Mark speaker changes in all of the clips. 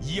Speaker 1: 以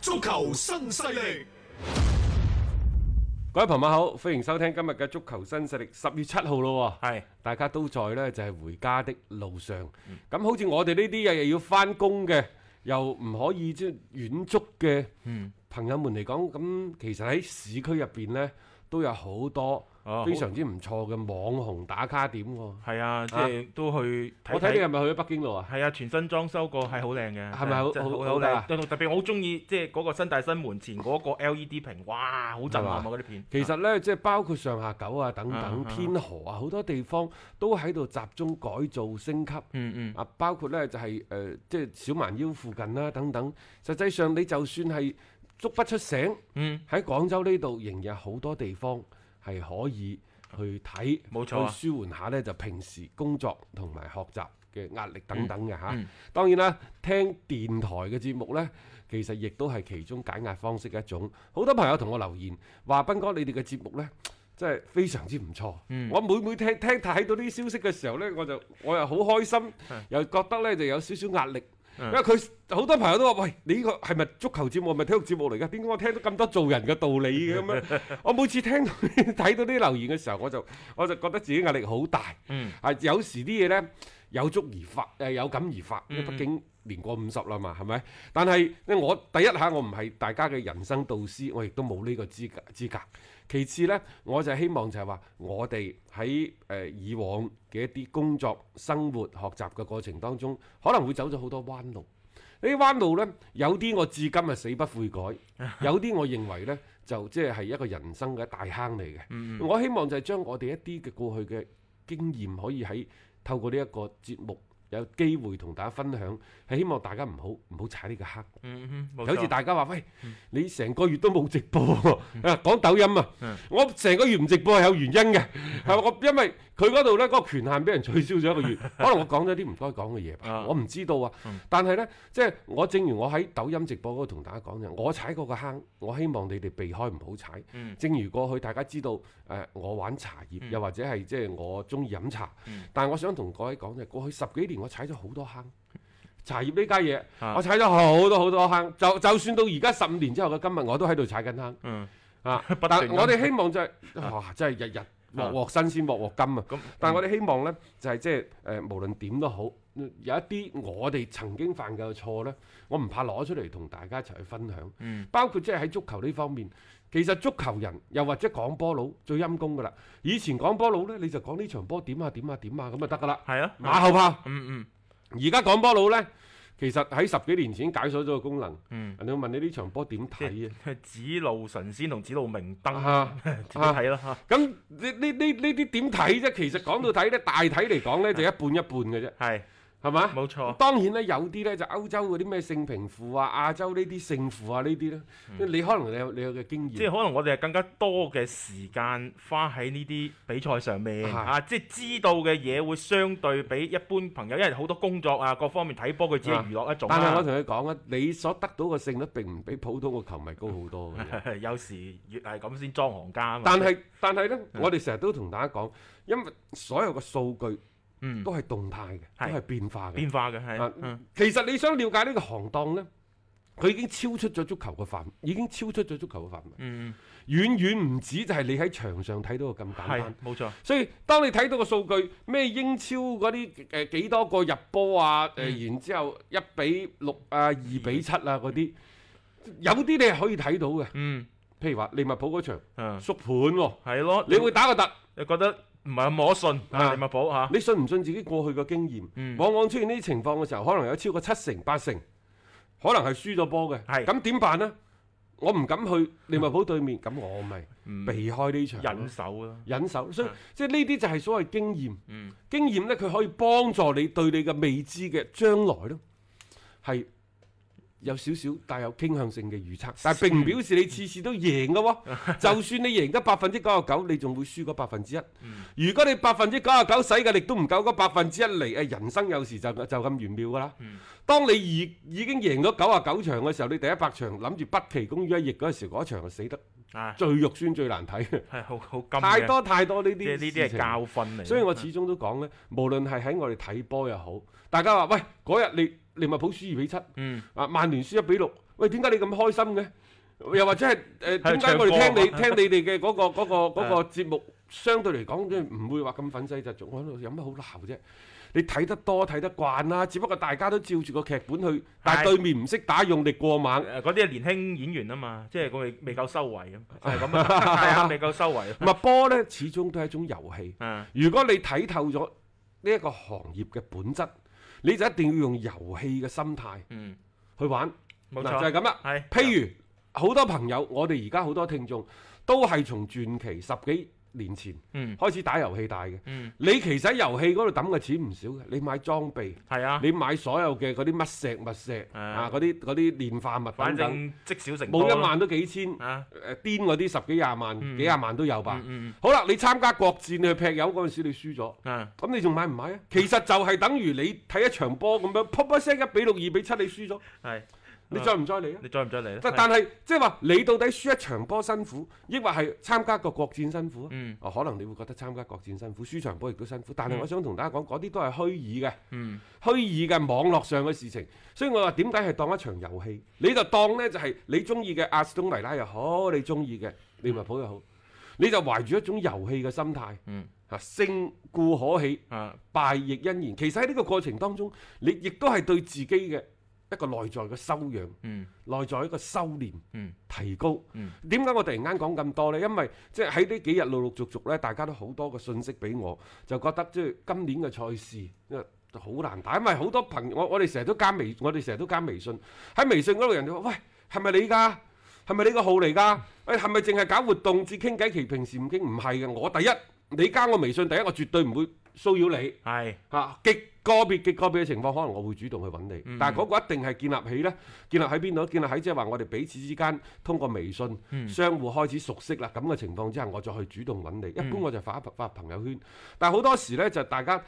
Speaker 1: 足球新勢力，
Speaker 2: 各位朋友好，歡迎收聽今日嘅足球新勢力。十月七號咯喎，
Speaker 3: 係嗯
Speaker 2: 大家都在呢，就係、回家的路上。咁、好似我哋呢啲日日要翻工嘅，又唔可以即係遠足嘅
Speaker 3: 嗯
Speaker 2: 朋友們嚟講，咁其實喺市區入邊呢，都有好多
Speaker 3: 哦
Speaker 2: 非常之唔錯嘅網紅打卡點喎。
Speaker 3: 係啊，即係都去睇
Speaker 2: 我睇你係咪去咗北京路啊？
Speaker 3: 係啊，全新裝修過係好靚嘅，
Speaker 2: 係咪好
Speaker 3: 真係
Speaker 2: 好
Speaker 3: 好
Speaker 2: 好得啊
Speaker 3: 靚？特別我好中意即係嗰個新大新門前嗰個 LED 屏，哇，好震撼啊！
Speaker 2: 係嘛
Speaker 3: 嗰啲片
Speaker 2: 其實呢，即係包括上下九啊等等、
Speaker 3: 嗯嗯
Speaker 2: 天河啊，好多地方都喺度集中改造升級。
Speaker 3: 嗯嗯
Speaker 2: 啊，包括呢就係、誒、即係小蠻腰附近啦等等。實際上你就算係足不出醒，
Speaker 3: 嗯，
Speaker 2: 喺廣州呢度仍然有好多地方係可以去睇，
Speaker 3: 冇錯啊
Speaker 2: 去舒緩下呢就平時工作同埋學習嘅壓力等等嘅嚇。
Speaker 3: 嗯
Speaker 2: 當然啦，聽電台嘅節目呢，其實亦都係其中解壓方式嘅一種。好多朋友同我留言話：斌哥，你哋嘅節目呢，真係非常之唔錯。
Speaker 3: 嗯
Speaker 2: 我每每聽聽睇到呢啲消息嘅時候呢，我就我又好開心，又覺得呢就有少少壓力。因
Speaker 3: 嗯
Speaker 2: 為佢好多朋友都話：喂，你呢個係咪足球節目，係咪體育節目嚟㗎？點解我聽到咁多做人嘅道理嘅咁 樣？我每次聽到睇到呢啲 留言嘅時候，我就我就覺得自己壓力好大。
Speaker 3: 嗯
Speaker 2: 啊，有時啲嘢呢，有足而發，誒、有感而發，因為
Speaker 3: 嗯
Speaker 2: 畢竟年過五十啦嘛，係咪？但係咧，我第一下我唔係大家嘅人生導師，我亦都冇呢個資格資格。其次呢，我就希望就係話，我哋喺誒以往嘅一啲工作、生活、學習嘅過程當中，可能會走咗好多彎路。呢啲彎路呢，有啲我至今係死不悔改，有啲我認為呢，就即係係一個人生嘅大坑嚟嘅。我希望就係將我哋一啲嘅過去嘅經驗，可以喺透過呢一個節目有機會同大家分享，係希望大家唔好唔好踩呢個坑。
Speaker 3: 嗯嗯，冇
Speaker 2: 有時
Speaker 3: 錯。嗯
Speaker 2: 大家話：喂，你成個月都冇直播喎， 啊講抖音啊
Speaker 3: 嗯，
Speaker 2: 我成個月唔直播係有原因嘅，係我因為佢嗰度呢嗰個權限俾人取消咗一個 月，可能我講咗啲唔該講嘅嘢吧
Speaker 3: 啊，
Speaker 2: 我唔知道啊。但係呢，即係我正如我喺抖音直播嗰度同大家講嘅，我踩過個坑，我希望你哋避開唔好踩。
Speaker 3: 嗯
Speaker 2: 正如過去大家知道，誒我玩茶葉，又或者係即係我中意飲茶，但係我想同各位講就係過去十幾年我踩咗好多坑。茶葉呢家嘢，
Speaker 3: 啊
Speaker 2: 我踩咗好多好多坑，就就算到而家十五年之後嘅今日，我都喺度踩緊坑
Speaker 3: 嗯，
Speaker 2: 啊！
Speaker 3: 不
Speaker 2: 但
Speaker 3: 斷咁
Speaker 2: 我哋希望就係、 哇，真係日日
Speaker 3: 啊
Speaker 2: 鑊鑊新鮮，鑊鑊金啊！
Speaker 3: 咁
Speaker 2: 但係我哋希望呢，就係即係誒，無論點都好，有一啲我哋曾經犯嘅錯呢，我唔怕攞出嚟同大家一齊去分享。
Speaker 3: 嗯
Speaker 2: 包括即係喺足球呢方面，其實足球人又或者講波佬最陰功㗎啦。以前講波佬呢，你就講呢場波點啊點啊點啊咁就得㗎啦，
Speaker 3: 係啊，
Speaker 2: 馬後炮。
Speaker 3: 嗯
Speaker 2: 而家講波佬呢，其實喺十幾年前已經解鎖咗個功能。
Speaker 3: 嗯
Speaker 2: 人哋會問你呢場波點睇啊？
Speaker 3: 嗯，指路神仙同指路明燈，
Speaker 2: 啊
Speaker 3: 自己睇啦嚇。
Speaker 2: 咁呢呢呢呢啲點睇啫？其實講到睇呢，大體嚟講呢，就一半一半嘅啫，
Speaker 3: 係
Speaker 2: 係嘛？
Speaker 3: 冇錯，
Speaker 2: 當然咧，有啲咧就歐洲嗰啲咩勝平負啊、亞洲呢啲勝負啊呢啲咧，你可能你有你有嘅經驗，
Speaker 3: 嗯
Speaker 2: 啊
Speaker 3: 即係可能我哋係更加多嘅時間花喺呢啲比賽上面
Speaker 2: 係
Speaker 3: 啊，即係知道嘅嘢會相對比一般朋友，因為好多工作啊各方面睇波，佢只係娛樂一種
Speaker 2: 但係我
Speaker 3: 啦。
Speaker 2: 同你講啊，你所得到嘅勝率並唔比普通嘅球迷高好多 嘅啫。
Speaker 3: 有時越係咁先裝行家啊嘛。
Speaker 2: 但係但係咧，我哋成日都同大家講，因為所有嘅數據
Speaker 3: 嗯
Speaker 2: 都係動態嘅，
Speaker 3: 係
Speaker 2: 都係變化嘅
Speaker 3: 變。化嘅係
Speaker 2: 啊，
Speaker 3: 嗯
Speaker 2: 其實你想了解呢個行當呢，佢已經超出咗足球嘅範，已經超出咗足球嘅範圍，
Speaker 3: 嗯
Speaker 2: 遠遠唔止就係你喺場上睇到嘅咁簡單
Speaker 3: 係。冇錯，
Speaker 2: 所以當你睇到個數據，咩英超嗰啲誒幾多個入波啊，誒、
Speaker 3: 嗯
Speaker 2: 然之後一比六啊、二比七啊嗰啲，有啲你係可以睇到嘅，
Speaker 3: 嗯
Speaker 2: 譬如話利物浦嗰場
Speaker 3: 嗯，
Speaker 2: 縮盤喎，
Speaker 3: 係咯，
Speaker 2: 你會打個突。
Speaker 3: 你覺得唔係咁可信啊？
Speaker 2: 啊
Speaker 3: 利物浦嚇，
Speaker 2: 你信唔信自己過去嘅經驗？
Speaker 3: 嗯
Speaker 2: 往往出現呢啲情況嘅時候，可能有超過七成、八成，可能係輸咗波嘅。
Speaker 3: 係
Speaker 2: 咁點辦呢？我唔敢去利物浦對面，咁我咪
Speaker 3: 嗯
Speaker 2: 避開呢場咯
Speaker 3: 忍手啦，
Speaker 2: 忍手。所以
Speaker 3: 啊
Speaker 2: 即係呢啲就係所謂經驗。
Speaker 3: 嗯
Speaker 2: 經驗呢，佢可以幫助你對你嘅未知嘅將來咯，係有少少帶有傾向性嘅預測，但係並唔表示你次次都贏嘅喎。就算你贏得百分之九十九，你仲會輸嗰百分之一。如果你百分之九十九使嘅力都唔夠嗰百分之一嚟，誒人生有時就就咁玄妙㗎啦。當你已已經贏咗九十九場嘅時候，你第一百場諗住不期功於一役嗰時，嗰一場就死得
Speaker 3: 啊，
Speaker 2: 最肉酸、最難睇嘅，
Speaker 3: 係好好金嘅
Speaker 2: 太，多太多呢
Speaker 3: 即係
Speaker 2: 啲
Speaker 3: 呢啲
Speaker 2: 事
Speaker 3: 係
Speaker 2: 情
Speaker 3: 教訓嚟。
Speaker 2: 所以我始終都講呢，無論係喺我哋睇波又好，大家話喂嗰日你利物浦輸二比七，
Speaker 3: 嗯
Speaker 2: 啊曼聯輸一比六，喂點解你咁開心嘅？又或者係誒點
Speaker 3: 係唱
Speaker 2: 解
Speaker 3: 歌啊
Speaker 2: 我哋聽你聽你哋嘅嗰個嗰、個 嗰、個節目，相對嚟講即係唔會話咁憤世嫉俗，我喺度有乜好鬧啫？你睇得多睇得慣啦，只不過大家都照住個劇本去，但係對面唔識打，用力過猛。
Speaker 3: 誒嗰啲係年輕演員啊嘛，即係佢未未夠收圍 咁，就係咁啊，係啊，未夠收圍
Speaker 2: 咪波呢，始終都係一種遊戲。
Speaker 3: 啊，
Speaker 2: 如果你睇透咗呢一個行業嘅本質，你就一定要用遊戲嘅心態
Speaker 3: 嗯，
Speaker 2: 去玩，
Speaker 3: 冇
Speaker 2: 嗱就係
Speaker 3: 錯，
Speaker 2: 咁啦。
Speaker 3: 係
Speaker 2: 譬如好多朋友，我哋而家好多聽眾都係從傳奇十幾年前
Speaker 3: 嗯
Speaker 2: 開始打遊戲大嘅。
Speaker 3: 嗯，
Speaker 2: 你其實喺遊戲嗰度抌嘅錢唔少嘅，你買裝備，
Speaker 3: 係啊，
Speaker 2: 你買所有嘅嗰啲乜石乜石
Speaker 3: 啊
Speaker 2: 啊，嗰啲嗰啲煉化物
Speaker 3: 反
Speaker 2: 等等，
Speaker 3: 正積少成多
Speaker 2: 冇一
Speaker 3: 咯
Speaker 2: 萬都幾千，誒
Speaker 3: 啊，
Speaker 2: 癲嗰啲十幾廿萬、
Speaker 3: 嗯
Speaker 2: 幾廿萬都有吧。
Speaker 3: 嗯
Speaker 2: 好啦，你參加國戰你去劈友嗰陣時，你輸咗。
Speaker 3: 嗯啊，
Speaker 2: 咁你仲買唔買啊？其實就係等於你睇一場波咁樣，噗一聲一比六、二比七，你輸咗，
Speaker 3: 係
Speaker 2: 你再唔再嚟啊？
Speaker 3: 你再唔再嚟咧？
Speaker 2: 但但係即係話，你到底輸一場波辛苦，抑或係參加個國戰辛苦啊？
Speaker 3: 嗯
Speaker 2: 哦，可能你會覺得參加國戰辛苦，輸場波亦都辛苦。但
Speaker 3: 嗯
Speaker 2: 係我想同大家講，嗰啲都係虛擬嘅，
Speaker 3: 嗯
Speaker 2: 虛擬嘅網絡上嘅事情。所以我話點解係當一場遊戲？你就當呢，就係、你中意嘅阿斯東維拉又好，你中意嘅利物浦又好，你就懷住一種遊戲嘅心態，
Speaker 3: 嗯
Speaker 2: 啊，勝固可喜。
Speaker 3: 啊，
Speaker 2: 敗亦欣然。其實喺呢個過程當中，你亦都係對自己嘅一個內在嘅修養、
Speaker 3: 嗯
Speaker 2: 內在一個修練、
Speaker 3: 嗯
Speaker 2: 提高
Speaker 3: 嗯。
Speaker 2: 點解我突然間講咁多呢？因為即係喺呢幾日陸陸續續咧，大家都好多個信息俾我，就覺得即係今年嘅賽事。因為好難打，因為好多朋友，我我哋成日都加微，我哋成日都加微信，喺微信嗰度人哋話：喂，係咪你㗎？係咪你個號嚟㗎？喂，係咪淨係搞活動至傾偈？其平時唔傾，唔係嘅。我第一，你加我微信，第一我絕對唔會騷擾你。
Speaker 3: 係
Speaker 2: 啊，極個別極個別嘅情況，可能我會主動去揾你，
Speaker 3: 嗯
Speaker 2: 但係嗰個一定係建立起呢，建立喺邊度？建立喺即係話我哋彼此之間通過微信、
Speaker 3: 嗯
Speaker 2: 相互開始熟悉啦。咁嘅情況之下，我再去主動揾你。一般
Speaker 3: 嗯
Speaker 2: 我就發一發朋友圈，但係好多時呢，就大家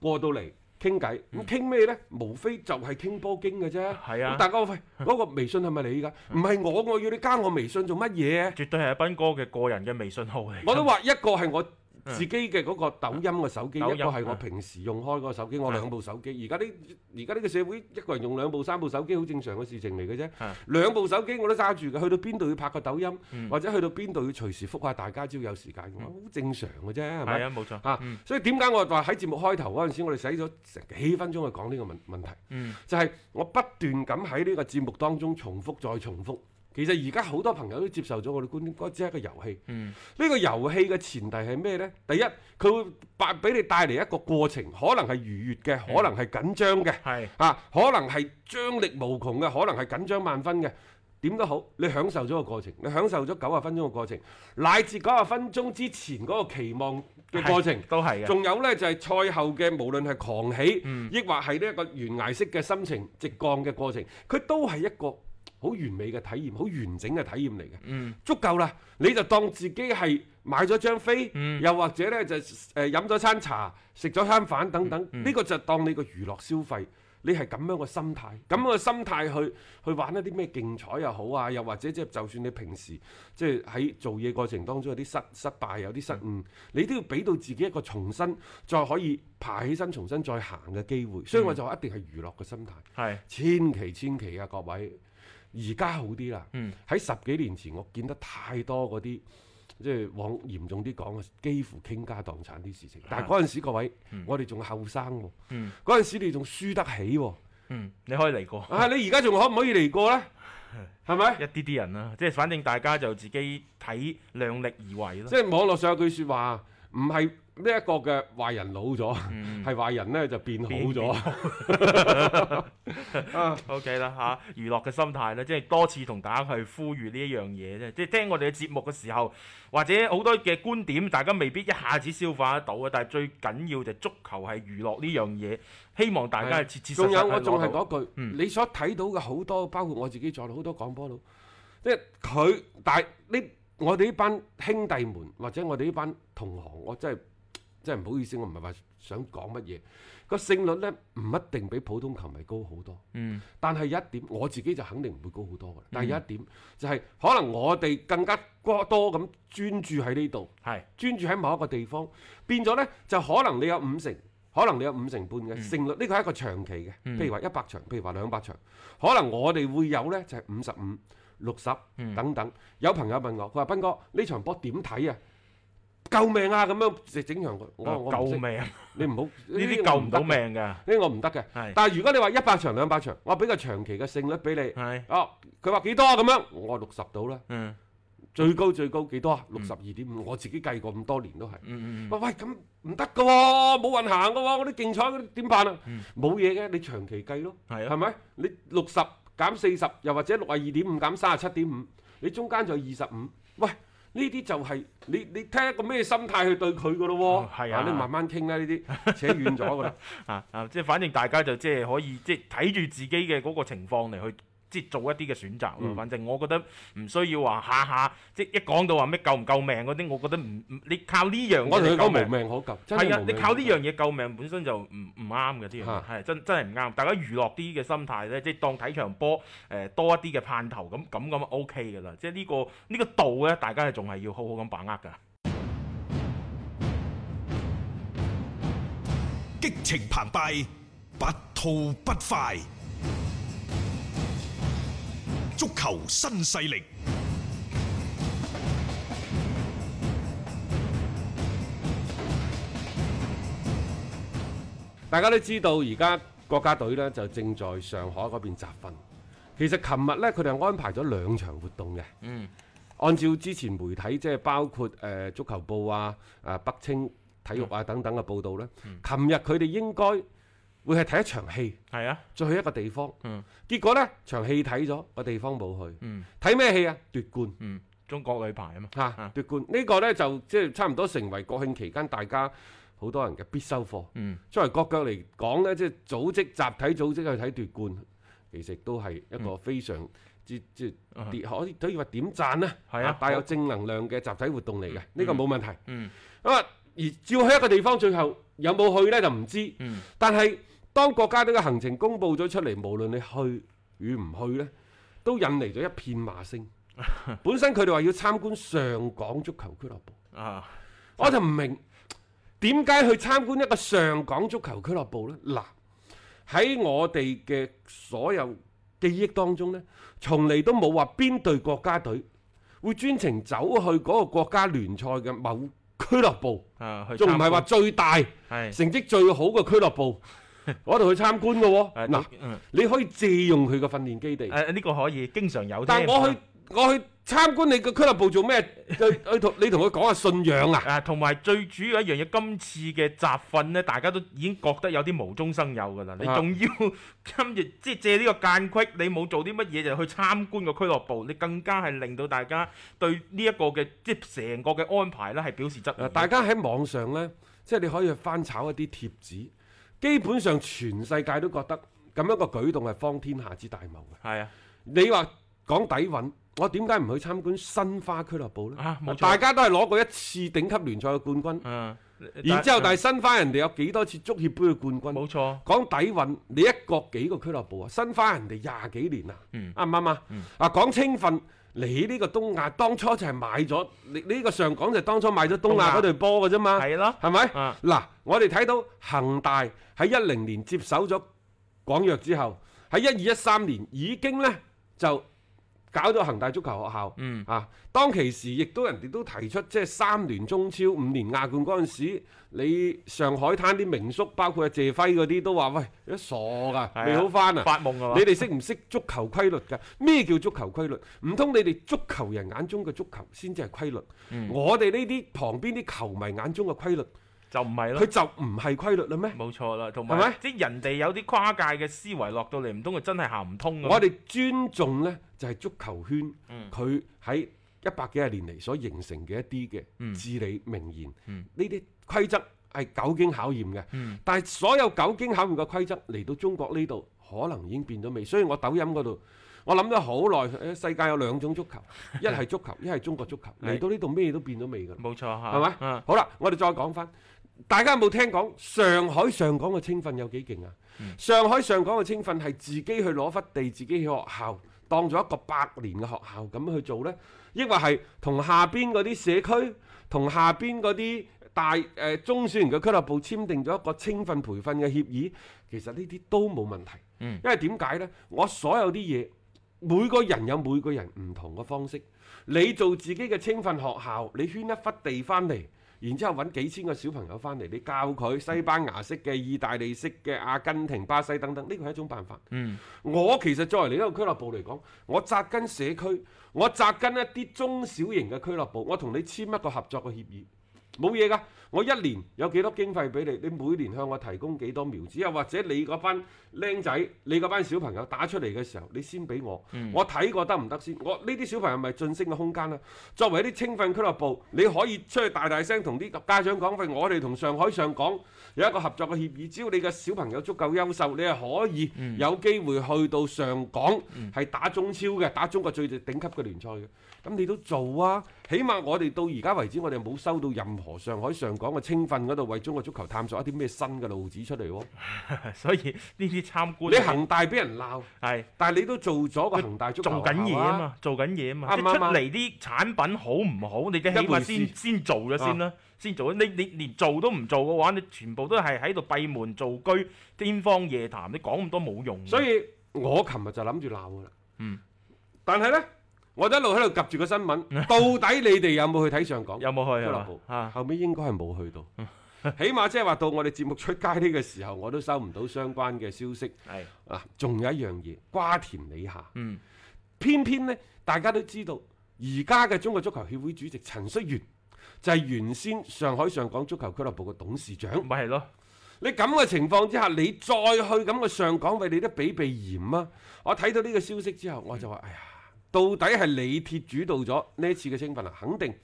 Speaker 2: 過到嚟。傾偈咁傾咩呢？無非就係傾波經嘅啫。
Speaker 3: 嗯係啊
Speaker 2: 咁大家喂，嗰個微信係咪你㗎？唔係我，我要你加我微信做乜嘢？
Speaker 3: 絕對係阿斌哥嘅個人嘅微信號嚟。
Speaker 2: 我都話一個係我自己嘅嗰個抖音嘅手機，一
Speaker 3: 嗯抖
Speaker 2: 個
Speaker 3: 音
Speaker 2: 係我
Speaker 3: 嗯
Speaker 2: 平時用開嗰個手機，我兩部手機。而家呢而家呢個社會，一個人用兩部三部手機好正常嘅事情嚟嘅
Speaker 3: 嗯
Speaker 2: 啫。兩部手機我都揸住嘅，去到邊度要拍個抖音
Speaker 3: 嗯，
Speaker 2: 或者去到邊度要隨時覆下大家，只要有時間嘅話，好正常嘅啫，係
Speaker 3: 係
Speaker 2: 咪？
Speaker 3: 啊，冇錯。
Speaker 2: 啊
Speaker 3: 嗯，
Speaker 2: 所以點解我話喺節目開頭嗰陣時，我哋使咗成幾分鐘去講呢個問問題，
Speaker 3: 嗯
Speaker 2: 就係我不斷咁喺呢個節目當中重複再重複。其實而家好多朋友都接受咗我哋觀點，嗰只係一個遊戲。
Speaker 3: 嗯
Speaker 2: 呢個遊戲嘅前提係咩呢？第一，佢會帶俾你帶嚟一個過程，可能係愉悅嘅，
Speaker 3: 嗯
Speaker 2: 可能係緊張嘅，
Speaker 3: 係
Speaker 2: 啊，可能係張力無窮嘅，可能係緊張萬分嘅。點都好，你享受咗個過程，你享受咗九十分鐘嘅過程，乃至九十分鐘之前嗰個期望嘅過程
Speaker 3: 係。都係嘅。
Speaker 2: 仲有呢，就係、賽後嘅，無論係狂喜，
Speaker 3: 嗯
Speaker 2: 抑或係呢一個懸崖式嘅心情直降嘅過程，佢都係一個好完美嘅體驗，好完整嘅體驗嚟嘅。
Speaker 3: 嗯
Speaker 2: 足夠啦，你就當自己係買咗張飛，
Speaker 3: 嗯
Speaker 2: 又或者呢就誒飲咗餐茶、食咗餐飯等等，呢、
Speaker 3: 嗯嗯
Speaker 2: 個就當你個娛樂消費。你係咁樣嘅心態，咁樣嘅心態去去玩一啲咩競彩又好啊，又或者即係就算你平時即係喺做嘢過程當中有啲失失敗、有啲失誤，
Speaker 3: 嗯
Speaker 2: 你都要俾到自己一個重新再可以爬起身、重新再行嘅機
Speaker 3: 嗯
Speaker 2: 會。所以我就話一定係娛樂嘅心態。
Speaker 3: 係
Speaker 2: 千祈千祈啊，各位，而家好啲啦。喺、
Speaker 3: 嗯
Speaker 2: 十幾年前，我見得太多嗰啲，即係往嚴重啲講，幾乎傾家蕩產啲事情。但係嗰陣時，各位，我哋仲後生喎，
Speaker 3: 啊嗯
Speaker 2: 嗰陣時你仲輸得起喎。
Speaker 3: 嗯，你可以嚟過。
Speaker 2: 啊，你而家仲可唔可以嚟過呢？係咪？
Speaker 3: 一啲啲人啦、即係反正大家就自己睇量力而為
Speaker 2: 即
Speaker 3: 啦。
Speaker 2: 係網絡上有句説話，唔係呢一個嘅壞人老咗，係、壞人咧就嗯變好咗。
Speaker 3: O K 啦嚇，娛樂嘅心態啦，即係多次同大家去呼籲呢一樣嘢啫。即係聽我哋嘅節目嘅時候，或者好多嘅觀點，大家未必一下子消化得到啊。但係最緊要就足球係娛樂呢樣嘢，希望大家係切切實
Speaker 2: 仲有
Speaker 3: 實
Speaker 2: 我
Speaker 3: 去
Speaker 2: 仲
Speaker 3: 攞
Speaker 2: 係
Speaker 3: 到。
Speaker 2: 嗰句，
Speaker 3: 嗯
Speaker 2: 你所睇到嘅好多，包括我自己在內好多廣播佬，即係佢但係呢，我哋呢班兄弟們或者我哋呢班同行，我真係真係唔好意思，我唔係話想講乜嘢，個勝率呢，唔一定比普通球迷高好多。
Speaker 3: 嗯
Speaker 2: 但係有一點，我自己就肯定唔會高好多㗎啦。但係有一點就係、可能我哋更加多多咁專注喺呢度，
Speaker 3: 係
Speaker 2: 專注喺某一個地方，變咗呢，就可能你有五成，可能你有五成半
Speaker 3: 嗯
Speaker 2: 嘅勝率，呢個係一個長期嘅，譬如話一百場，譬如話兩百場，可能我哋會有呢，就係五十五、六十
Speaker 3: 嗯
Speaker 2: 等等。有朋友問我，佢話斌哥呢場波點睇啊？救命啊！咁樣就整場我我我唔識
Speaker 3: 啊哦救命！
Speaker 2: 你唔好呢
Speaker 3: 呢啲救唔到命㗎，
Speaker 2: 呢個唔得嘅
Speaker 3: 係。
Speaker 2: 但係如果你話一百場兩百場，我俾個長期嘅勝率俾你。
Speaker 3: 係
Speaker 2: 哦，佢話幾多咁樣？我六十到啦，
Speaker 3: 嗯
Speaker 2: 最高最高幾多啊？六十二點五，我自己計過咁多年都係。
Speaker 3: 嗯嗯
Speaker 2: 喂喂，咁唔得噶喎，冇運行噶喎，我啲競彩嗰啲點辦啊？冇嘢嘅，你長期計咯，
Speaker 3: 嗯係啊
Speaker 2: 係咪？你六十減四十，又或者六廿二點五減三十七點五，你中間就二十五。喂，呢啲就係你你睇一個咩心態去對佢噶咯
Speaker 3: 哦
Speaker 2: 喎。
Speaker 3: 係啊
Speaker 2: 你慢慢傾啦，呢啲扯遠咗 噶啦。
Speaker 3: 啊啊！即係反正大家就即係可以即係睇住自己嘅嗰個情況嚟去。即係做一啲嘅選擇咯，
Speaker 2: 嗯
Speaker 3: 反正我覺得唔需要話下下，即係一講到話咩救唔救命嗰啲，我覺得唔唔你靠呢樣嘢
Speaker 2: 我同你
Speaker 3: 嚟救
Speaker 2: 講
Speaker 3: 命
Speaker 2: 無命可救，真
Speaker 3: 係
Speaker 2: 係無，
Speaker 3: 啊你
Speaker 2: 命啊
Speaker 3: 靠
Speaker 2: 可
Speaker 3: 呢
Speaker 2: 救
Speaker 3: 樣嘢救命本身就唔唔啱嘅，呢樣嘢
Speaker 2: 嚇
Speaker 3: 係真真係唔啱。大家娛樂啲嘅心態咧，即係當睇場波誒、多一啲嘅盼頭咁咁咁 O K 嘅啦。即係呢、個呢、個度咧，大家係仲係要好好咁把握㗎。
Speaker 1: 激情澎湃，不吐不快。足球新勢力，
Speaker 2: 大家都知道而家國家隊呢就正在上海嗰邊集訓。其實琴日呢，佢哋係安排咗兩場活動嘅。嗯。按照之前媒體即係包括誒、呃足球報啊、啊北青體育
Speaker 3: 嗯
Speaker 2: 啊等等嘅報道呢，琴日佢哋應該會係睇一場戲，
Speaker 3: 係啊，
Speaker 2: 再去一個地方。
Speaker 3: 嗯。
Speaker 2: 結果呢，場戲睇咗，個地方冇去。
Speaker 3: 嗯
Speaker 2: 睇咩戲啊？奪冠。
Speaker 3: 嗯，中國女排啊嘛，
Speaker 2: 嚇、
Speaker 3: 啊
Speaker 2: 奪冠呢個呢，就即係差唔多成為國慶期間大家好多人嘅必修課。
Speaker 3: 嗯
Speaker 2: 作為國腳嚟講呢，即係組織集體組織去睇奪冠，其實都係一個非常之即
Speaker 3: 嗯啊
Speaker 2: 係跌可以可以話點讚啦，
Speaker 3: 係啊
Speaker 2: 帶有正能量嘅集體活動嚟嘅，呢、個冇問題。
Speaker 3: 嗯
Speaker 2: 咁啊，而照去一個地方，最後有冇去呢？就唔知。
Speaker 3: 嗯
Speaker 2: 但係當國家隊嘅行程公佈咗出嚟，無論你去與唔去呢，都引嚟咗一片罵 聲。本身佢哋話要參觀上港足球俱樂部，
Speaker 3: 啊，
Speaker 2: 我就唔明點解去參觀一個上港足球俱樂部呢？嗱，喺我哋嘅所有記憶當中呢，從嚟都冇話邊隊國家隊會專程走去嗰個國家聯賽嘅某俱樂部，
Speaker 3: 啊去
Speaker 2: 仲唔係話
Speaker 3: 參
Speaker 2: 最大？
Speaker 3: 觀係
Speaker 2: 成績最好嘅俱樂部，我度去參觀嘅喎、
Speaker 3: 誒
Speaker 2: 嗱，
Speaker 3: 嗯
Speaker 2: 你可以借用佢嘅訓練基地，
Speaker 3: 呃誒呢個可以經常有
Speaker 2: 但
Speaker 3: 添。
Speaker 2: 我去我去參觀你嘅俱樂部做咩？去去同你同佢講下信仰啊！
Speaker 3: 啊，同埋最主要一樣嘢，今次嘅集訓咧，大家都已經覺得有啲無中生有㗎啦。你
Speaker 2: 啊
Speaker 3: 仲要 今日即係借呢個間隙，你冇做啲乜嘢就去參觀個俱樂部，你更加係令到大家對呢一個嘅即係成個嘅安排咧係表示質疑
Speaker 2: 嗱，
Speaker 3: 嘅。
Speaker 2: 啊大家喺網上呢，即係你可以去翻炒一啲貼紙，基本上全世界都覺得咁樣個舉動係荒天下之大謬嘅。
Speaker 3: 係啊，
Speaker 2: 你話講底韻，我點解唔去參觀申花俱樂部呢？
Speaker 3: 啊冇錯
Speaker 2: 大家都係攞過一次頂級聯賽嘅冠軍，
Speaker 3: 嗯，
Speaker 2: 然之後但係申花人哋有幾多次足協杯嘅冠軍？
Speaker 3: 冇錯，
Speaker 2: 講底韻，你一國幾個俱樂部啊？申花人哋廿幾年啦，
Speaker 3: 嗯
Speaker 2: 啱唔啱啊？啊講青訓，你呢個東亞當初就係買咗，你你呢個上港就係當初買咗東
Speaker 3: 東亞
Speaker 2: 亞嗰隊波嘅啫嘛，
Speaker 3: 係啦，
Speaker 2: 係咪？
Speaker 3: 啊
Speaker 2: 嗱，我哋睇到恒大喺一零年接手咗廣藥之後，喺一二一三年已經呢就搞咗恒大足球學校，
Speaker 3: 嗯
Speaker 2: 啊，當其時亦都人哋都提出，即係三年中超、五年亞冠嗰陣時，你上海灘啲名宿，包括阿謝輝嗰啲，都話喂，你傻
Speaker 3: 係啊
Speaker 2: 㗎，未好翻啊！
Speaker 3: 發夢啊嘛
Speaker 2: 你哋識唔識足球規律㗎？咩叫足球規律？唔通你哋足球人眼中嘅足球先至係規律？
Speaker 3: 嗯
Speaker 2: 我哋呢啲旁邊啲球迷眼中嘅規律，
Speaker 3: 就唔
Speaker 2: 佢
Speaker 3: 係咯，
Speaker 2: 就唔係規律啦咩？
Speaker 3: 冇錯啦，同
Speaker 2: 係
Speaker 3: 埋
Speaker 2: 咪
Speaker 3: 即係人哋有啲跨界嘅思維落到嚟，唔通佢真係行唔通㗎嘛
Speaker 2: 我哋尊重呢，就係、足球圈
Speaker 3: 嗯
Speaker 2: 佢喺一百幾十年嚟所形成嘅一啲
Speaker 3: 嗯
Speaker 2: 嘅至理名言，
Speaker 3: 嗯
Speaker 2: 呢啲、規則係久經考驗嘅。
Speaker 3: 嗯
Speaker 2: 但係所有久經考驗嘅規則嚟到中國呢度，可能已經變咗味。所以我抖音嗰度。我諗咗好耐，誒世界有兩種足球，一係足球，一係中國足球。
Speaker 3: 係
Speaker 2: 嚟到呢度咩都變咗味㗎啦，
Speaker 3: 冇錯嚇，
Speaker 2: 係咪
Speaker 3: 啊？
Speaker 2: 好啦，我哋再講翻，大家有冇聽講上海上港嘅青訓有幾勁啊？
Speaker 3: 嗯
Speaker 2: 上海上港嘅青訓係自己去攞忽地，自己去學校當咗一個百年嘅學校咁去做呢？抑或係同下邊嗰啲社區，同下邊嗰啲大誒、呃中小型嘅俱樂部簽訂咗一個青訓培訓嘅協議，其實呢啲都冇問題。
Speaker 3: 嗯
Speaker 2: 因為點解呢？我所有啲嘢，每個人有每個人唔同嘅方式。你做自己嘅青訓學校，你圈一忽地翻嚟。然之後揾幾千個小朋友翻嚟，你教佢西班牙式嘅、意大利式嘅、阿根廷、巴西等等，呢個係一種辦法。
Speaker 3: 嗯
Speaker 2: 我其實作為你一個俱樂部嚟講，我扎根社區，我扎根一啲中小型嘅俱樂部，我同你簽一個合作嘅協議，冇嘢㗎。我一年有幾多經費俾你，你每年向我提供幾多苗子，又或者你嗰班僆仔、你嗰班小朋友打出嚟嘅時候，你先俾我，我睇過得唔得先？我呢啲小朋友咪晉升嘅空間啦。作為一啲青訓俱樂部，你可以出去大大聲同啲家長講，喂，我哋同上海上港有一個合作嘅協議，只要你嘅小朋友足夠優秀，你係可以有機會去到上港係打中超嘅，打中國最頂級嘅聯賽嘅。咁你都做啊！起碼我哋到而家為止，我哋冇收到任何上海上港嘅青訓嗰度為中國足球探索一啲咩新嘅路子出嚟喎。
Speaker 3: 所以呢啲參觀
Speaker 2: 你恒大俾人鬧，
Speaker 3: 係
Speaker 2: 但係你都做咗個恒大足球
Speaker 3: 做緊嘢
Speaker 2: 校
Speaker 3: 啊！嘛，做緊嘢啊嘛，
Speaker 2: 啱
Speaker 3: 即
Speaker 2: 唔
Speaker 3: 係出
Speaker 2: 啱啊
Speaker 3: 嚟啲產品好唔好，你哋起
Speaker 2: 一
Speaker 3: 碼
Speaker 2: 回事啊
Speaker 3: 先先做咗先啦，先做。你你連做都唔做嘅話，你全部都係喺度閉門造車，天方夜談，你講咁多冇用。
Speaker 2: 所以我琴日就諗住鬧噶啦。
Speaker 3: 嗯。
Speaker 2: 但係呢，我一路喺度及住個新聞，到底你哋有冇去睇上港？
Speaker 3: 嗯有冇去
Speaker 2: 俱
Speaker 3: 啊
Speaker 2: 樂
Speaker 3: 嘛
Speaker 2: 部？
Speaker 3: 啊，嗯
Speaker 2: 後尾應該係冇去到。起碼即係話到我哋節目出街呢個時候，我都收唔到相關嘅消息。
Speaker 3: 係
Speaker 2: 啊，仲有一樣嘢，瓜田李下。
Speaker 3: 嗯
Speaker 2: 偏偏呢，大家都知道，而家嘅中國足球協會主席陳戌源就係原先上海上港足球俱樂部嘅董事長。
Speaker 3: 咪係咯，
Speaker 2: 你咁嘅情況之下，你再去咁嘅上港位，你都比避嫌啊！我睇到呢個消息之
Speaker 3: 嗯
Speaker 2: 後，我就話：哎呀，到底係李鐵主導咗呢一次嘅青訓啊？肯定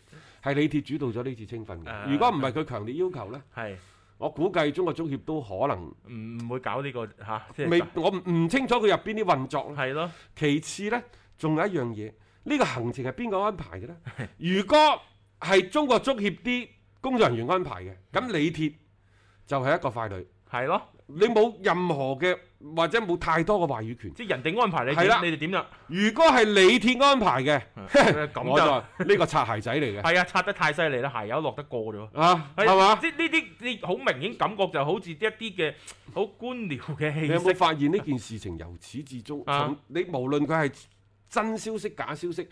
Speaker 2: 係李鐵主導咗呢次青訓
Speaker 3: 啊
Speaker 2: 嘅。如果唔係佢強烈要求呢，
Speaker 3: 係
Speaker 2: 我估計中國足協都可能
Speaker 3: 唔唔會搞呢個嚇，即
Speaker 2: 未
Speaker 3: 係，
Speaker 2: 我唔唔清楚佢入邊啲運作啦。
Speaker 3: 係咯，
Speaker 2: 其次呢，仲有一樣嘢，呢個行程係邊個安排嘅 呢？如果係中國足協啲工作人員安排嘅，
Speaker 3: 嗯
Speaker 2: 咁李鐵就係一個傀儡。
Speaker 3: 係咯，
Speaker 2: 你冇任何嘅或者冇太多嘅話語權。
Speaker 3: 即係人哋安排你
Speaker 2: 係啦
Speaker 3: 點，你哋點啦？
Speaker 2: 如果係李鐵安排嘅，
Speaker 3: 嗯咁
Speaker 2: 我
Speaker 3: 就
Speaker 2: 就呢個擦鞋仔嚟嘅，
Speaker 3: 係啊，拆得太犀利啦，鞋油落得過咗。
Speaker 2: 啊
Speaker 3: 係
Speaker 2: 係嘛？
Speaker 3: 即係呢啲你好明顯感覺就好似一啲嘅好官僚嘅
Speaker 2: 你有
Speaker 3: 氣
Speaker 2: 冇
Speaker 3: 息。
Speaker 2: 發現呢件事情由始至終，
Speaker 3: 啊
Speaker 2: 從你無論佢係真消息假消息，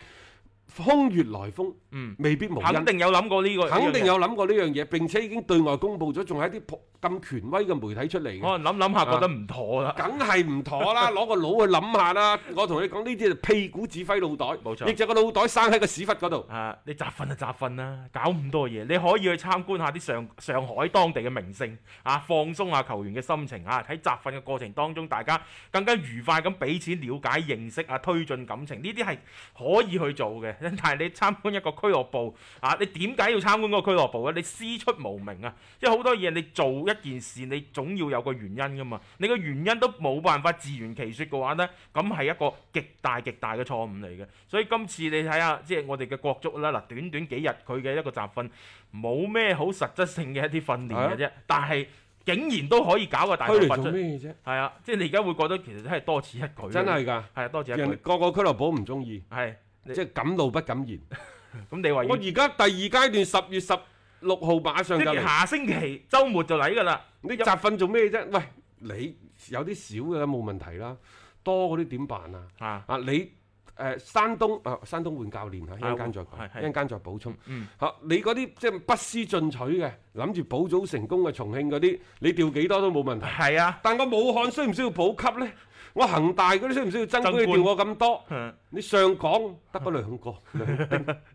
Speaker 2: 空穴來風，
Speaker 3: 嗯，
Speaker 2: 未必無
Speaker 3: 肯
Speaker 2: 因。
Speaker 3: 定有諗過 呢個，
Speaker 2: 肯定有諗過呢樣嘢，並且已經對外公佈咗，仲喺啲普咁權威嘅媒體出嚟嘅。
Speaker 3: 可能諗諗下覺得唔妥啦。
Speaker 2: 梗係唔妥 啦，攞個腦去諗下啦。我同你講，呢啲就屁股指揮腦袋，
Speaker 3: 冇錯
Speaker 2: 亦就個腦袋生喺個屎忽嗰度。
Speaker 3: 啊！你集訓就集訓啦，搞咁多嘢，你可以去參觀下啲上上海當地嘅名勝啊，放鬆下球員嘅心情啊。喺集訓嘅過程當中，大家更加愉快咁彼此了解、認識啊，推進感情，呢啲係可以去做嘅。 但係你參觀一個俱樂部啊，你點解要參觀嗰個俱樂部咧？你師出無名啊，即係好多嘢你做一件事，你總要有個原因噶嘛。你個原因都冇辦法自圓其說嘅話呢，咁係一個極大極大嘅錯誤嚟嘅。所以今次你睇下，即係我哋嘅國足啦，嗱，短短幾日佢嘅一個集訓，冇咩好實質性嘅一啲訓練嘅啫，但係竟然都可以搞個大
Speaker 2: 推
Speaker 3: 集
Speaker 2: 嚟
Speaker 3: 訓
Speaker 2: 做
Speaker 3: 出。
Speaker 2: 咩啫？
Speaker 3: 係啊，即係你而家會覺得其實真係多此一舉。
Speaker 2: 真係㗎。
Speaker 3: 係啊，多此一
Speaker 2: 人
Speaker 3: 舉。
Speaker 2: 個個俱樂部唔中意，
Speaker 3: 係
Speaker 2: 即
Speaker 3: 你
Speaker 2: 係敢怒不敢言。
Speaker 3: 咁，你話
Speaker 2: 我
Speaker 3: 要
Speaker 2: 而家第二階段十月十六號馬上
Speaker 3: 即
Speaker 2: 就
Speaker 3: 係
Speaker 2: 嚟，
Speaker 3: 下星期週末就嚟㗎啦。
Speaker 2: 你集訓做咩啫？喂，你有啲少嘅冇問題啦，多嗰啲點辦啊？
Speaker 3: 啊，
Speaker 2: 啊，你誒山東啊，山東換教練嚇，一陣間再
Speaker 3: 係
Speaker 2: 講，
Speaker 3: 係
Speaker 2: 一陣間再補充。
Speaker 3: 嗯
Speaker 2: 嚇，你嗰啲即係不思進取嘅，諗住保組成功嘅重慶嗰啲，你調幾多都冇問題。
Speaker 3: 係啊，
Speaker 2: 但我武漢需唔需要保級呢？我恒大嗰啲需唔需要爭
Speaker 3: 爭
Speaker 2: 冠？
Speaker 3: 冠啊
Speaker 2: 你調我咁多？
Speaker 3: 嗯
Speaker 2: 你上港得嗰兩個，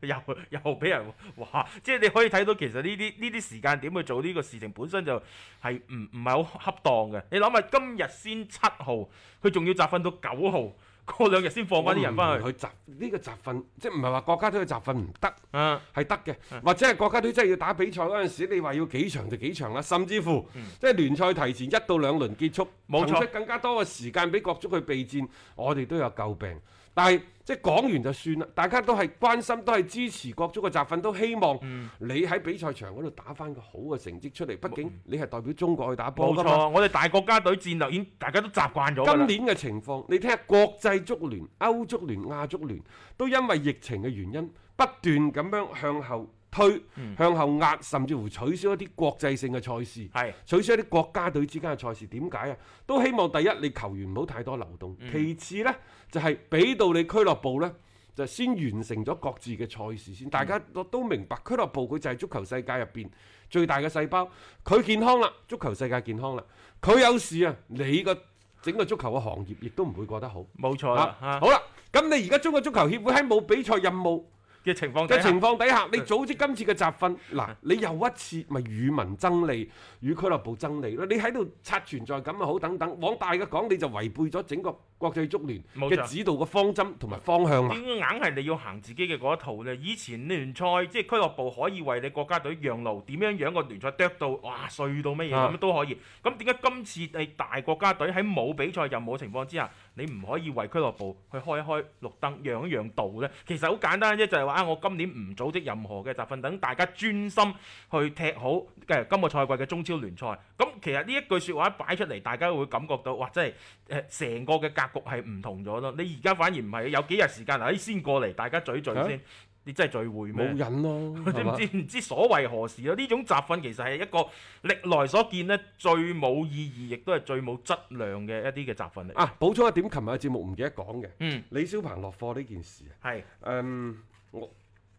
Speaker 3: 又又俾人哇！即係你可以睇到其實呢啲呢啲時間點去做呢個事情，本身就係唔唔係好恰當嘅。你諗下，今日先七號，佢仲要集訓到九號，過兩日先放翻啲人翻去。
Speaker 2: 去集呢個集訓，即係唔係話國家隊嘅集訓唔得？
Speaker 3: 嗯，
Speaker 2: 係得嘅，或者係國家隊真係要打比賽嗰陣時，你話要幾長就幾長啦，甚至乎、即係聯賽提前一到兩輪結束，
Speaker 3: 嗯冇錯
Speaker 2: 騰出更加多嘅時間俾國足去備戰，我哋都有救病。但係即係講完就算啦，大家都係關心，都係支持國足嘅集訓，都希望
Speaker 3: 嗯
Speaker 2: 你喺比賽場嗰度打翻個好嘅成績出嚟。畢竟你係代表中國去打波
Speaker 3: 冇
Speaker 2: 㗎嘛。
Speaker 3: 錯，我哋大國家隊戰略已經大家都習慣咗㗎啦
Speaker 2: 今年嘅情況，你睇下國際足聯、歐足聯、亞足聯都因為疫情嘅原因，不斷咁樣向後推、
Speaker 3: 嗯
Speaker 2: 向後壓，甚至乎取消一啲國際性嘅賽事。
Speaker 3: 係
Speaker 2: 取消一啲國家隊之間嘅賽事，點解啊？都希望第一，你球員唔好太多流動；其次呢，就係、俾到你俱樂部呢，就先完成咗各自嘅賽事先。大家都都明白，俱樂部佢就係足球世界入邊最大嘅細胞。佢健康啦，足球世界健康啦。佢有事啊，你個整個足球嘅行業亦都唔會過得好。
Speaker 3: 冇錯啦
Speaker 2: 啊
Speaker 3: 嚇
Speaker 2: 好啦，咁你而家中國足球協會喺冇比賽任務
Speaker 3: 嘅啊情況
Speaker 2: 嘅
Speaker 3: 底下
Speaker 2: 情況底下，你組織今次嘅集訓，嗱，你又一次咪與民爭利，與俱樂部爭利咯。你喺度刷存在感又啊好，等等，往大嘅講，你就違背咗整個國際足聯
Speaker 3: 冇
Speaker 2: 嘅
Speaker 3: 錯嗯
Speaker 2: 指導嘅方針同埋方向啊啦。
Speaker 3: 點解硬係你要行自己嘅嗰一套呢？以前聯賽即係俱樂部可以為你國家隊讓路，點樣樣個聯賽剁到哇碎到乜嘢
Speaker 2: 啊
Speaker 3: 咁都可以。咁點解今次你大國家隊喺冇比賽任務嘅情況之下，你唔可以為俱樂部去開一開綠燈，讓一讓道呢？其實好簡單啫，就係話啊，我今年唔組織任何嘅集訓，等大家專心去踢好誒、今個賽季嘅中超聯賽。咁其實呢一句説話一擺出嚟，大家會感覺到哇，真係〜誒成個嘅格局係唔同咗咯。你而家反而唔係，有幾日時間嗱，你先過嚟，大家聚聚先。你真係聚會咩
Speaker 2: 冇？癮咯，係嘛
Speaker 3: 唔知唔知所為何事咯？呢種集訓其實係一個歷來所見呢最冇意義，亦都係最冇質量嘅一啲嘅集訓嚟。
Speaker 2: 啊，補充一點，琴日嘅節目唔記得講嘅，
Speaker 3: 嗯，
Speaker 2: 李小鵬落課呢件事啊。
Speaker 3: 係
Speaker 2: 誒、我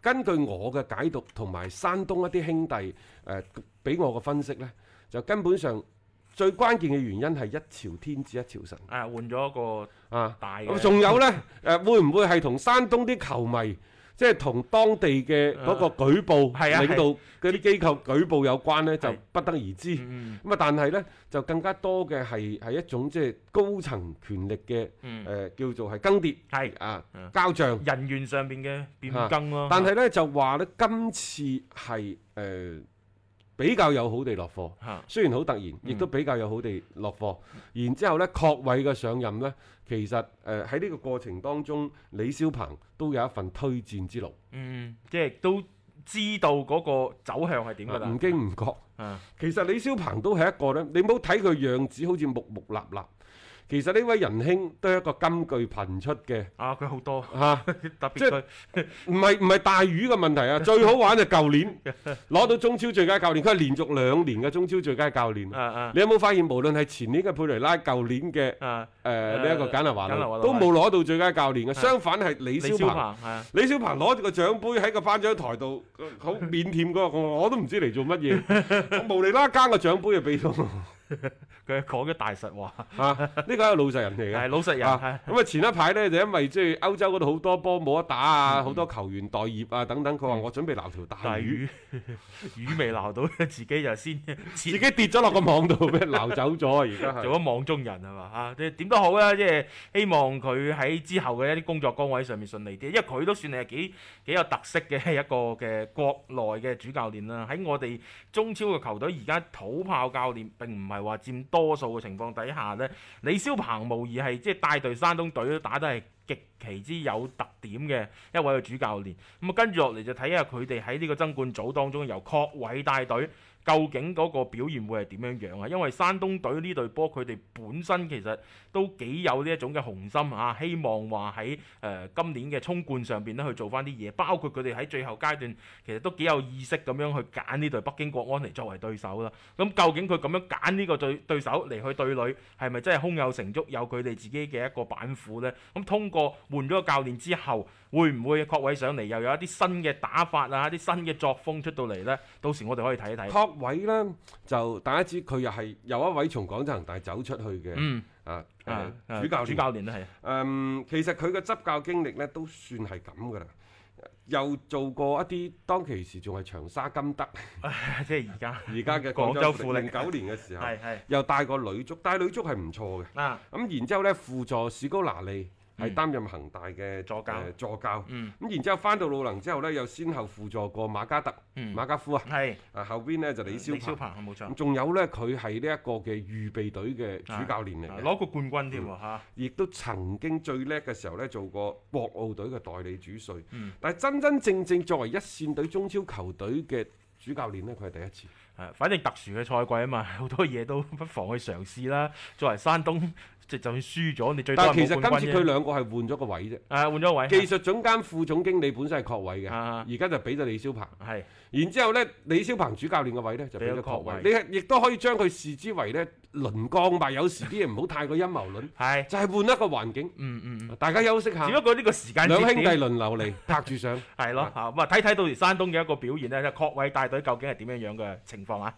Speaker 2: 根據我嘅解讀同埋山東一啲兄弟誒俾、我嘅分析呢，就根本上最關鍵嘅原因係一朝天子一朝臣
Speaker 3: 啊，換咗一個
Speaker 2: 啊。
Speaker 3: 大嘅
Speaker 2: 咁仲有呢，誒、會唔會係同山東啲球迷？即係同當地嘅嗰個舉報、
Speaker 3: 啊係啊係
Speaker 2: 領導嗰啲機構舉報有關呢，就
Speaker 3: 係
Speaker 2: 不得而知。
Speaker 3: 嗯
Speaker 2: 咁啊，但係呢，就更加多嘅係係一種即係高層權力嘅誒、
Speaker 3: 嗯
Speaker 2: 叫做係更迭
Speaker 3: 係
Speaker 2: 啊
Speaker 3: 嗯
Speaker 2: 交象。
Speaker 3: 人員上邊嘅變更咯。
Speaker 2: 但係咧就話咧，今次係誒、呃比較友好地落課，
Speaker 3: 嚇嗯
Speaker 2: 雖然好突然，亦都比較友好地落課。然之後咧，確偉嘅上任咧，其實誒喺呢個過程當中，李霄鵬都有一份推薦之路，
Speaker 3: 嗯，即係都知道嗰個走向係點㗎
Speaker 2: 啊唔
Speaker 3: 啦。
Speaker 2: 經唔覺。
Speaker 3: 啊
Speaker 2: 其實李霄鵬都係一個咧，你唔好睇佢樣子好似木木立立，其實呢位仁兄都係一個金句頻出嘅
Speaker 3: 啊，佢好多
Speaker 2: 嚇。
Speaker 3: 特別
Speaker 2: 即係
Speaker 3: 佢
Speaker 2: 唔係唔係大魚嘅問題 啊！最好玩就舊年攞到中超最佳教練，佢係連續兩年嘅中超最佳教練。
Speaker 3: 啊啊
Speaker 2: 你有冇發現，無論係前年嘅佩雷拉、舊年 嘅
Speaker 3: 啊，
Speaker 2: 誒呢一個簡拿華
Speaker 3: 簡拿華
Speaker 2: 路，
Speaker 3: 路
Speaker 2: 都冇攞到最佳教練嘅。相反係李
Speaker 3: 李
Speaker 2: 霄
Speaker 3: 霄
Speaker 2: 鵬，
Speaker 3: 鵬係啊。
Speaker 2: 李霄鵬攞住個獎杯喺個頒獎台度，好腼腆嗰個，我我都唔知嚟做乜嘢， 我無釐啦加個獎杯就俾咗我
Speaker 3: 佢講咗大實話，
Speaker 2: 啊！呢個係一個老實人嚟嘅。
Speaker 3: 係老實人，係
Speaker 2: 啊咁啊前一排呢，就因為即係歐洲嗰度好多波冇得打啊，好多球員待業啊等等，佢話我準備撈條大
Speaker 3: 嗯大
Speaker 2: 魚，
Speaker 3: 魚 魚未撈到， 自己就先
Speaker 2: 自
Speaker 3: 自
Speaker 2: 己跌咗落個網度俾人撈走咗啊，而家係
Speaker 3: 做咗網中人係嘛嚇？即係點都好啦，即係希望佢喺之後嘅一啲工作崗位上面順利啲，因為佢都算係幾幾有特色嘅一個嘅國內嘅主教練啦。喺我哋中超嘅球隊而家土炮教練並唔係話佔多數嘅情況底下呢，李霄鵬無疑係即係帶隊山東隊都打得係極其之有特點嘅一位嘅主教練。咁啊，跟住落嚟就睇下佢哋喺呢個爭冠組當中由確偉帶隊。究竟嗰個表現會係點樣樣啊？因為山東隊呢隊波佢哋本身其實都幾有呢一種嘅雄心啊，希望話喺誒今年嘅衝冠上邊咧去做翻啲嘢，包括佢哋喺最後階段其實都幾有意識咁樣去揀呢隊北京國安嚟作為對手啦。咁究竟佢咁樣揀呢個對對手嚟去對壘，係咪真係胸有成竹，有佢哋自己嘅一個板斧呢？咁通過換咗個教練之後，會唔會確位上嚟又有一啲新嘅打法啊，一啲新嘅作風出到嚟呢？到時我哋可以睇一睇。
Speaker 2: 托位呢，就大家知佢又係有一位從廣州恒大走出去嘅、
Speaker 3: 嗯，
Speaker 2: 啊
Speaker 3: 啊
Speaker 2: 誒主教
Speaker 3: 主
Speaker 2: 練。
Speaker 3: 教練啦，係啊
Speaker 2: 誒、其實佢嘅執教經歷咧都算係咁噶啦，又做過一啲當其時仲係長沙金德，
Speaker 3: 即係而家
Speaker 2: 而家 嘅
Speaker 3: 嗯廣
Speaker 2: 廣
Speaker 3: 州
Speaker 2: 州
Speaker 3: 富
Speaker 2: 富
Speaker 3: 力
Speaker 2: 力零九年嘅時候，
Speaker 3: 係係
Speaker 2: 又帶過女足，帶女足係唔錯嘅。
Speaker 3: 啊，
Speaker 2: 咁然之後咧，輔助史高拿利係
Speaker 3: 嗯
Speaker 2: 擔任恒大嘅
Speaker 3: 助教
Speaker 2: 誒助教。
Speaker 3: 嗯
Speaker 2: 咁然之後翻到魯能之後咧，又先後輔助過馬加特、
Speaker 3: 嗯，
Speaker 2: 馬加夫啊，
Speaker 3: 係
Speaker 2: 啊後邊咧就李
Speaker 3: 李
Speaker 2: 霄
Speaker 3: 霄鵬
Speaker 2: 鵬。
Speaker 3: 啊冇錯
Speaker 2: 咁，仲有咧，佢係呢一個嘅預備隊嘅主教練嚟
Speaker 3: 啊
Speaker 2: 嘅。
Speaker 3: 攞過冠軍添
Speaker 2: 嗯
Speaker 3: 喎嚇，
Speaker 2: 亦都曾經最叻嘅時候呢，做過國奧隊嘅代理主帥。
Speaker 3: 嗯
Speaker 2: 但係真真正正作為一線隊中超球隊嘅主教練呢，佢係第一次。
Speaker 3: 係啊反正特殊嘅賽季啊嘛， 好多嘢都不妨去嘗試啦。作為山東， 即就算輸咗，你最多
Speaker 2: 但係
Speaker 3: 係
Speaker 2: 其
Speaker 3: 冇冠
Speaker 2: 實
Speaker 3: 軍
Speaker 2: 今次佢
Speaker 3: 啫。
Speaker 2: 兩個係換咗個位啫。
Speaker 3: 誒換咗位，
Speaker 2: 技術總監、副總經理本身係確位嘅，
Speaker 3: 啊
Speaker 2: 而家就俾咗李霄鵬。
Speaker 3: 係
Speaker 2: 然之後呢，李霄鵬主教練嘅位呢，就俾
Speaker 3: 俾
Speaker 2: 咗
Speaker 3: 咗確
Speaker 2: 確位。
Speaker 3: 位
Speaker 2: 你係亦都可以將佢視之為呢輪降吧。有時啲嘢唔好太過陰謀論，
Speaker 3: 係
Speaker 2: 就係換一個環境，
Speaker 3: 嗯嗯嗯。
Speaker 2: 大家休息下
Speaker 3: 只，不過呢個時間
Speaker 2: 啊兩
Speaker 3: 節
Speaker 2: 兄弟輪
Speaker 3: 點
Speaker 2: 流嚟拍住上。
Speaker 3: 啊係咯嚇，咁啊睇睇到時山東嘅一個表現咧，即係確位帶隊究竟係點樣樣嘅情況啊？